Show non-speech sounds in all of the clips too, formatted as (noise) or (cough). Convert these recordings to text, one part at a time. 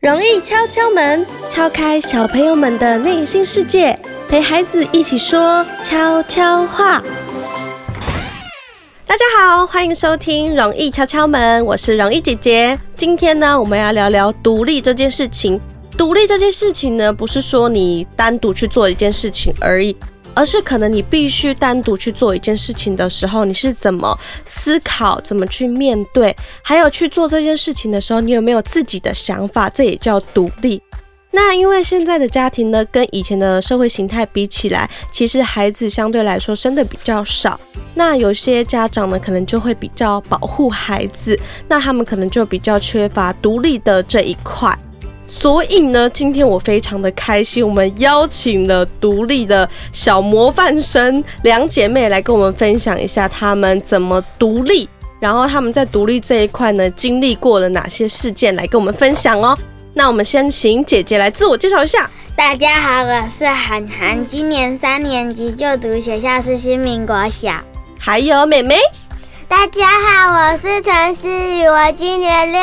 容易敲敲门，敲开小朋友们的内心世界，陪孩子一起说悄悄话。大家好，欢迎收听《容易敲敲门》，我是容易姐姐。今天呢，我们要聊聊独立这件事情。独立这件事情呢，不是说你单独去做一件事情而已，而是可能你必须单独去做一件事情的时候，你是怎么思考、怎么去面对，还有去做这件事情的时候，你有没有自己的想法，这也叫独立。那因为现在的家庭呢，跟以前的社会形态比起来，其实孩子相对来说生的比较少。那有些家长呢，可能就会比较保护孩子，那他们可能就比较缺乏独立的这一块。所以呢，今天我非常的开心，我们邀请了独立的小模范生两姐妹来跟我们分享一下她们怎么独立，然后她们在独立这一块呢经历过了哪些事件来跟我们分享哦。那我们先请姐姐来自我介绍一下。大家好，我是涵嗯涵，今年三年级，就读学校是新民国小。还有妹妹，大家好，我是陈思雨，我今年六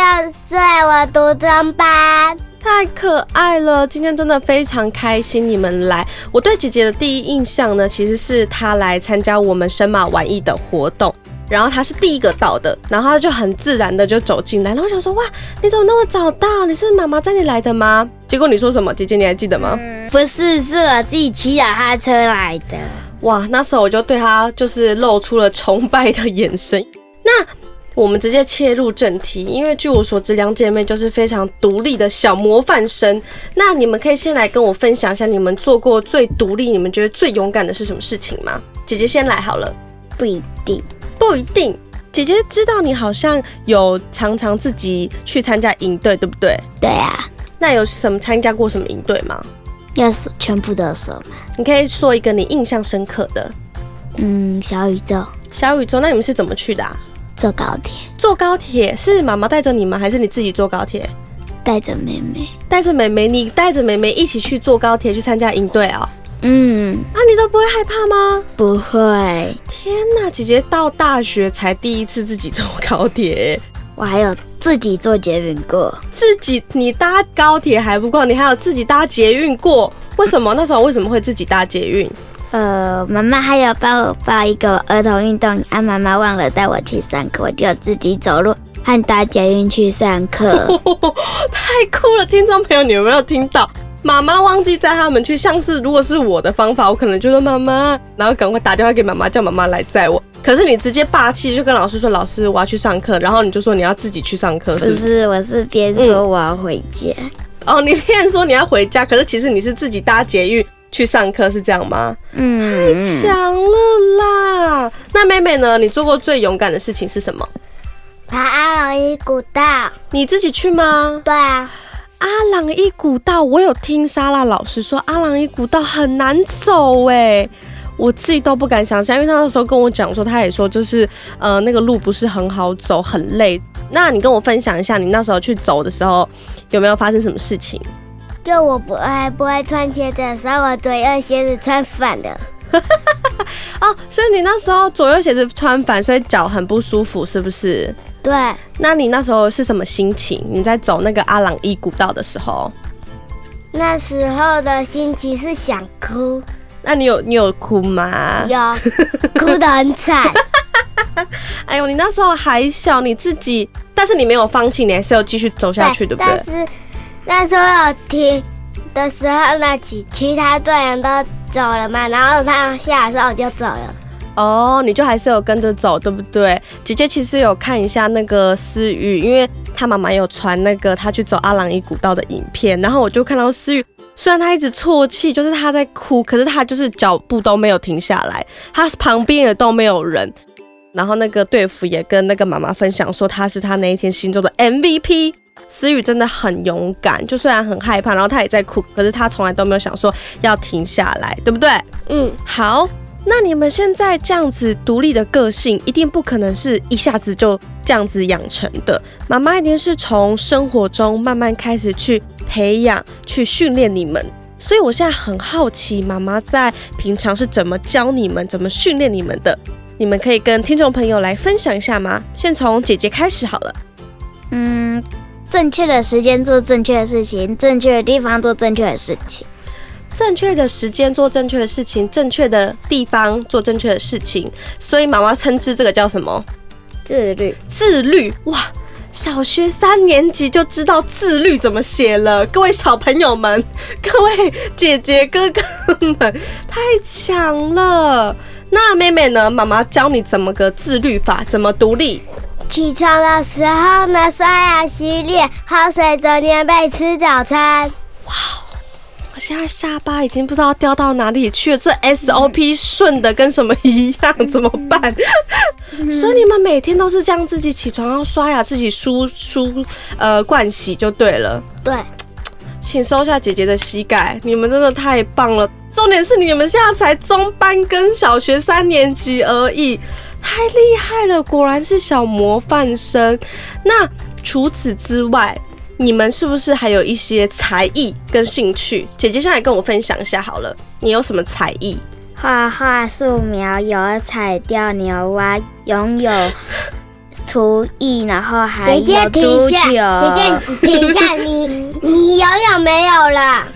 岁，我读中班。太可爱了！今天真的非常开心你们来。我对姐姐的第一印象呢，其实是她来参加我们神马玩艺的活动，然后她是第一个到的，然后她就很自然的就走进来，然后我想说哇，你怎么那么早到？你是妈妈带你来的吗？结果你说什么？姐姐你还记得吗？不是，是我自己骑脚踏车来的。哇，那时候我就对她就是露出了崇拜的眼神。那我们直接切入正题，因为据我所知，两姐妹就是非常独立的小模范生。那你们可以先来跟我分享一下，你们做过最独立、你们觉得最勇敢的是什么事情吗？姐姐先来好了，不一定，不一定。姐姐知道你好像有常常自己去参加营队，对不对？对啊，那有什么参加过什么营队吗？要说全部都说嘛。你可以说一个你印象深刻的嗯，小宇宙小宇宙。那你们是怎么去的、啊？坐高铁，坐高铁是妈妈带着你吗？还是你自己坐高铁？带着妹妹。带着妹妹，你带着妹妹一起去坐高铁去参加营队哦。嗯，啊，你都不会害怕吗？不会，天哪，姐姐到大学才第一次自己坐高铁，我还有自己做捷运过，自己你搭高铁还不够，你还有自己搭捷运过，为什么那时候为什么会自己搭捷运？呃，妈妈还有帮我报一个儿童运动，啊，妈妈忘了带我去上课，我就自己走路和搭捷运去上课。太酷了！听众朋友，你有没有听到？妈妈忘记带他们去，像是如果是我的方法，我可能就说妈妈，然后赶快打电话给妈妈，叫妈妈来载我。可是你直接霸气就跟老师说，老师我要去上课，然后你就说你要自己去上课，是不不是？是，我是边说我要回家，哦，你骗说你要回家，可是其实你是自己搭捷运去上课，是这样吗？嗯，强了啦！那妹妹呢？你做过最勇敢的事情是什么？爬阿朗伊古道，你自己去吗？对啊，阿朗伊古道，我有听莎拉老师说，阿朗伊古道很难走哎，我自己都不敢想象，因为她那时候跟我讲说，她也说就是呃那个路不是很好走，很累。那你跟我分享一下，你那时候去走的时候有没有发生什么事情？就我不还不会穿鞋子的时候，我左右鞋子穿反了。哦，所以你那时候左右鞋子穿反，所以脚很不舒服，是不是？对，那你那时候是什么心情？你在走那个阿朗伊古道的时候，那时候的心情是想哭，那你有你有哭吗？有哭得很惨。哎呦，你那时候还小，你自己，但是你没有放弃，你还是要继续走下去，对不对但？是那时候有停的时候呢，其其他队员都走了嘛，然后他们下来的时候我就走了。哦，你就还是有跟着走，对不对？姐姐其实有看一下那个思雨，因为她妈妈有传那个她去走阿朗伊古道的影片，然后我就看到思雨，虽然她一直啜泣，就是她在哭，可是她就是脚步都没有停下来，她旁边也都没有人。然后那个队服也跟那个妈妈分享说，她是她那一天心中的 MVP。思雨真的很勇敢，就虽然很害怕，然后她也在哭，可是她从来都没有想说要停下来，对不对？嗯，好，那你们现在这样子独立的个性，一定不可能是一下子就这样子养成的。妈妈一定是从生活中慢慢开始去培养、去训练你们。所以我现在很好奇，妈妈在平常是怎么教你们、怎么训练你们的？你们可以跟听众朋友来分享一下吗？先从姐姐开始好了。嗯，正确的时间做正确的事情，正确的地方做正确的事情。正确的时间做正确的事情，正确的地方做正确的事情，所以妈妈称之这个叫什么？自律，自律哇！小学三年级就知道自律怎么写了，各位小朋友们，各位姐姐哥哥们，太强了！那妹妹呢？妈妈教你怎么个自律法，怎么独立。起床的时候呢，刷牙、洗脸、喝水、整棉被、吃早餐。我现在下巴已经不知道掉到哪里去了，这 SOP 顺的跟什么一样，怎么办？所以你们每天都是这样自己起床要刷牙，自己梳梳呃盥洗就对了。对，请收下姐姐的膝盖，你们真的太棒了。重点是你们现在才中班跟小学三年级而已，太厉害了，果然是小模范生。那除此之外，你们是不是还有一些才艺跟兴趣？姐姐先来跟我分享一下好了，你有什么才艺？画画、素描、油彩、钓牛蛙，拥有厨艺，然后姐还姐有停足一球。下，姐 (laughs) 姐停一下，你你游泳没有了？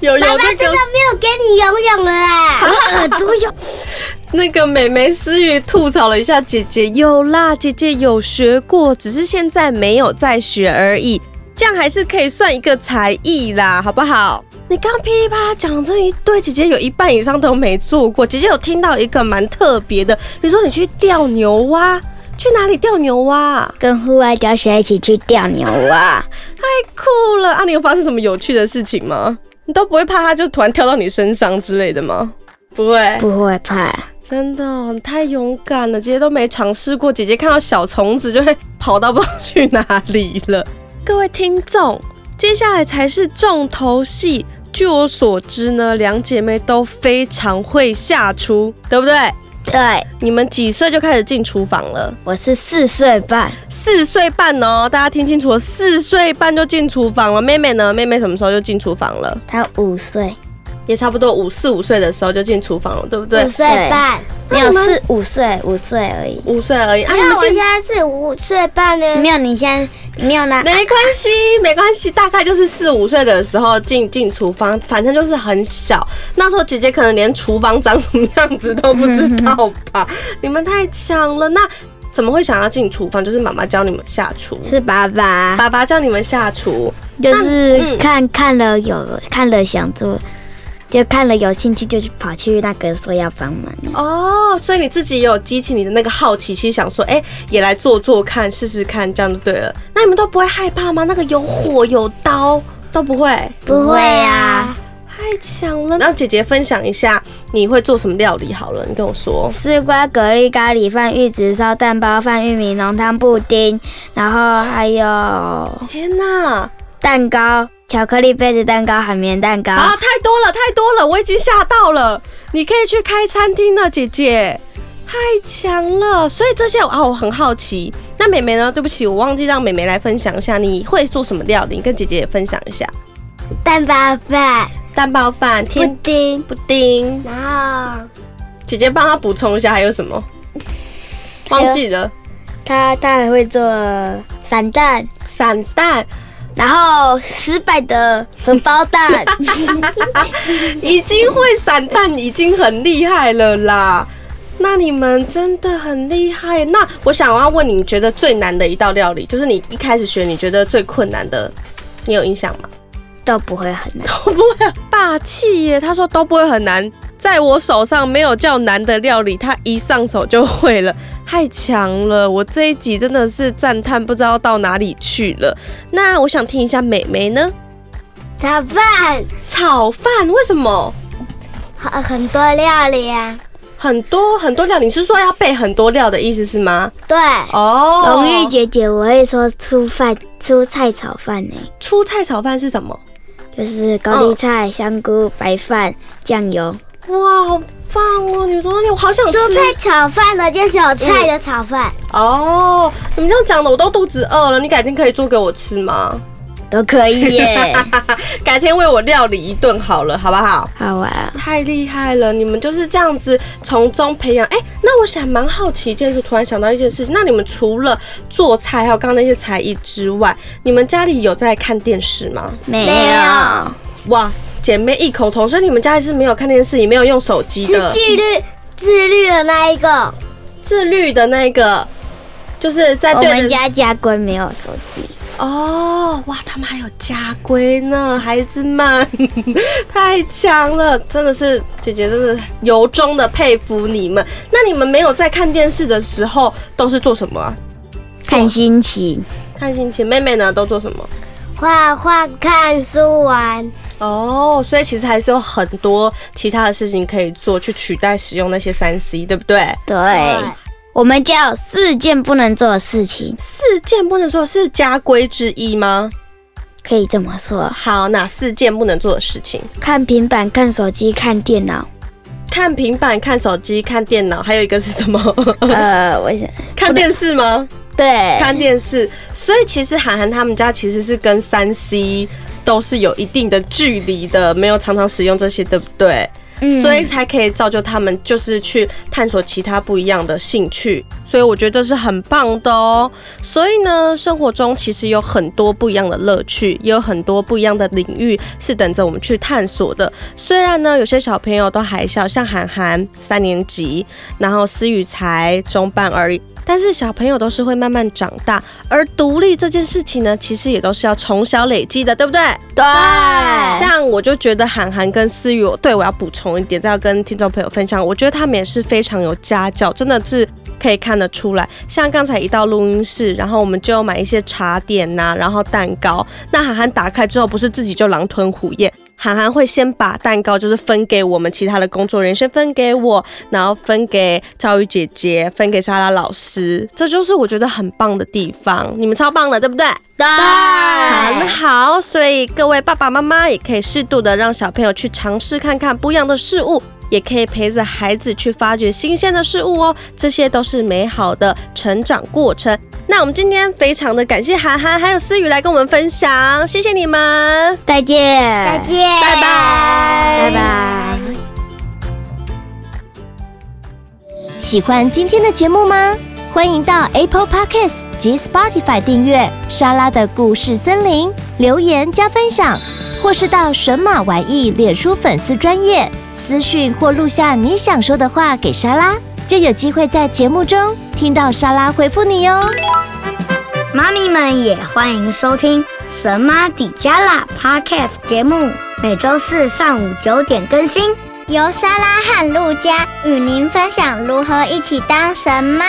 有有爸爸那真个的没有给你游泳了啊啦！我耳朵有，那个美眉思雨吐槽了一下姐姐，有啦，姐姐有学过，只是现在没有在学而已，这样还是可以算一个才艺啦，好不好？你刚噼里啪啦讲这一堆，姐姐有一半以上都没做过。姐姐有听到一个蛮特别的，你说你去钓牛蛙，去哪里钓牛蛙啊？跟户外教学一起去钓牛蛙。太酷了！啊，你有发生什么有趣的事情吗？你都不会怕它就突然跳到你身上之类的吗？不会，不会怕，真的哦、你太勇敢了，姐姐都没尝试过。姐姐看到小虫子就会跑到不知道去哪里了。各位听众，接下来才是重头戏。据我所知呢，两姐妹都非常会下厨，对不对？对你们几岁就开始进厨房了？我是四岁半，四岁半哦，大家听清楚了，四岁半就进厨房了。妹妹呢？妹妹什么时候就进厨房了？他五岁，也差不多五四五岁的时候就进厨房了，对不对五？岁半，没有四五岁，五岁而已。五岁而已啊！你因们为哎我进现在是五岁半呢。没有，你现在没有呢？没关系，没关系，大概就是四五岁的时候进进厨房，反正就是很小。那时候姐姐可能连厨房长什么样子都不知道吧？你们太强了，那怎么会想要进厨房？就是妈妈教你们下厨，是爸爸，爸爸教你们下厨，就是嗯看看了有看了想做，就看了有兴趣就去跑去那个说要帮忙。哦，所以你自己也有激起你的那个好奇心，想说，哎、也来做做看，试试看，这样就对了。那你们都不会害怕吗？那个有火有刀都不会，不会啊啊，太强了。那姐姐分享一下你会做什么料理好了，你跟我说。丝瓜、蛤蜊、咖喱饭、玉子烧、蛋包饭、玉米浓汤、布丁，然后还有天哪！蛋糕、巧克力杯子蛋糕、海绵蛋糕。啊，太多了，太多了，我已经吓到了。你可以去开餐厅了，姐姐，太强了。所以这些啊，我很好奇。那美美呢？对不起，我忘记让美美来分享一下，你会做什么料理？你跟姐姐也分享一下。蛋包饭、蛋包饭、布天丁，布丁，然后姐姐帮她补充一下，还有什么？忘记了，他他还会做散蛋，散蛋然后失败的荷包 (laughs) 蛋。已经会散蛋，已经很厉害了啦。那你们真的很厉害。那我想要问你，你觉得最难的一道料理，就是你一开始学，你觉得最困难的，你有印象吗？都不会很难。都不会霸气耶！他说都不会很难，在我手上没有较难的料理，他一上手就会了，太强了！我这一集真的是赞叹不知道到哪里去了。那我想听一下美眉呢，炒饭，炒饭为什么很很多料理啊。很多很多料？你是说要备很多料的意思是吗？对，哦，荣誉姐姐，我会说粗饭粗菜炒饭呢、出菜炒饭是什么？就是高嗯丽菜、香菇、白饭、酱油。哇，好棒哦！你说你我好想吃蔬菜炒饭呢就是有菜的炒饭，哦。你们这样讲的，我都肚子饿了。你改天可以做给我吃吗？都可以 (laughs) 耶，改天为我料理一顿好了，好不好？好啊。太厉害了！你们就是这样子从中培养。哎、那我想蛮好奇一件事，突然想到一件事情。那你们除了做菜还有刚刚那些才艺之外，你们家里有在看电视吗？没没有，有，哇，姐妹异口同声，你们家里是没有看电视，也没有用手机是的，自律自律的那一个，自律的那个，就是在我对们着家家规没有手机。哦，哇，他们还有家规呢，孩子们 (laughs) 太强了，真的是姐姐，真的由衷的佩服你们。那你们没有在看电视的时候都是做什么啊？看心情，看心情，妹妹呢都做什么？画画、看书、玩。哦，所以其实还是有很多其他的事情可以做，去取代使用那些三 C，对不对？对我们家有四件不能做的事情，四件不能做是家规之一吗？可以这么说：好，哪四件不能做的事情？看平板、看手机、看电脑。看平板、看手机、看电脑，还有一个是什么？呃，我想 (laughs) 看电视吗？对，看电视。所以其实涵涵他们家其实是跟三 C 都是有一定的距离的，没有常常使用这些，对不对？嗯所以才可以造就他们，就是去探索其他不一样的兴趣。所以我觉得这是很棒的哦。所以呢，生活中其实有很多不一样的乐趣，也有很多不一样的领域是等着我们去探索的。虽然呢，有些小朋友都还小，像涵涵三年级，然后思雨才中班而已。但是小朋友都是会慢慢长大，而独立这件事情呢，其实也都是要从小累积的，对不对？对，像我就觉得韩寒跟思雨，我对我要补充一点，再要跟听众朋友分享，我觉得他们也是非常有家教，真的是可以看得出来。像刚才一到录音室，然后我们就买一些茶点呐、然后蛋糕。那韩寒打开之后，不是自己就狼吞虎咽。韩寒会先把蛋糕就是分给我们其他的工作人员，先分给我，然后分给赵宇姐姐，分给莎拉老师，这就是我觉得很棒的地方。你们超棒的，对不对？对，很好，所以各位爸爸妈妈也可以适度的让小朋友去尝试看看不一样的事物，也可以陪着孩子去发掘新鲜的事物哦，这些都是美好的成长过程。那我们今天非常的感谢涵涵还有思雨来跟我们分享，谢谢你们，再见，再再，见，拜拜拜拜。喜欢今天的节目吗？欢迎到 Apple Podcasts 及 Spotify 订阅《莎拉的故事森林》，留言加分享，或是到神马玩意脸书粉丝专业私讯或录下你想说的话给莎拉，就有机会在节目中听到莎拉回复你哦。妈咪们也欢迎收听《神妈底加啦》Podcast 节目，每周四上午九点更新。由莎拉和陆佳与您分享如何一起当神妈。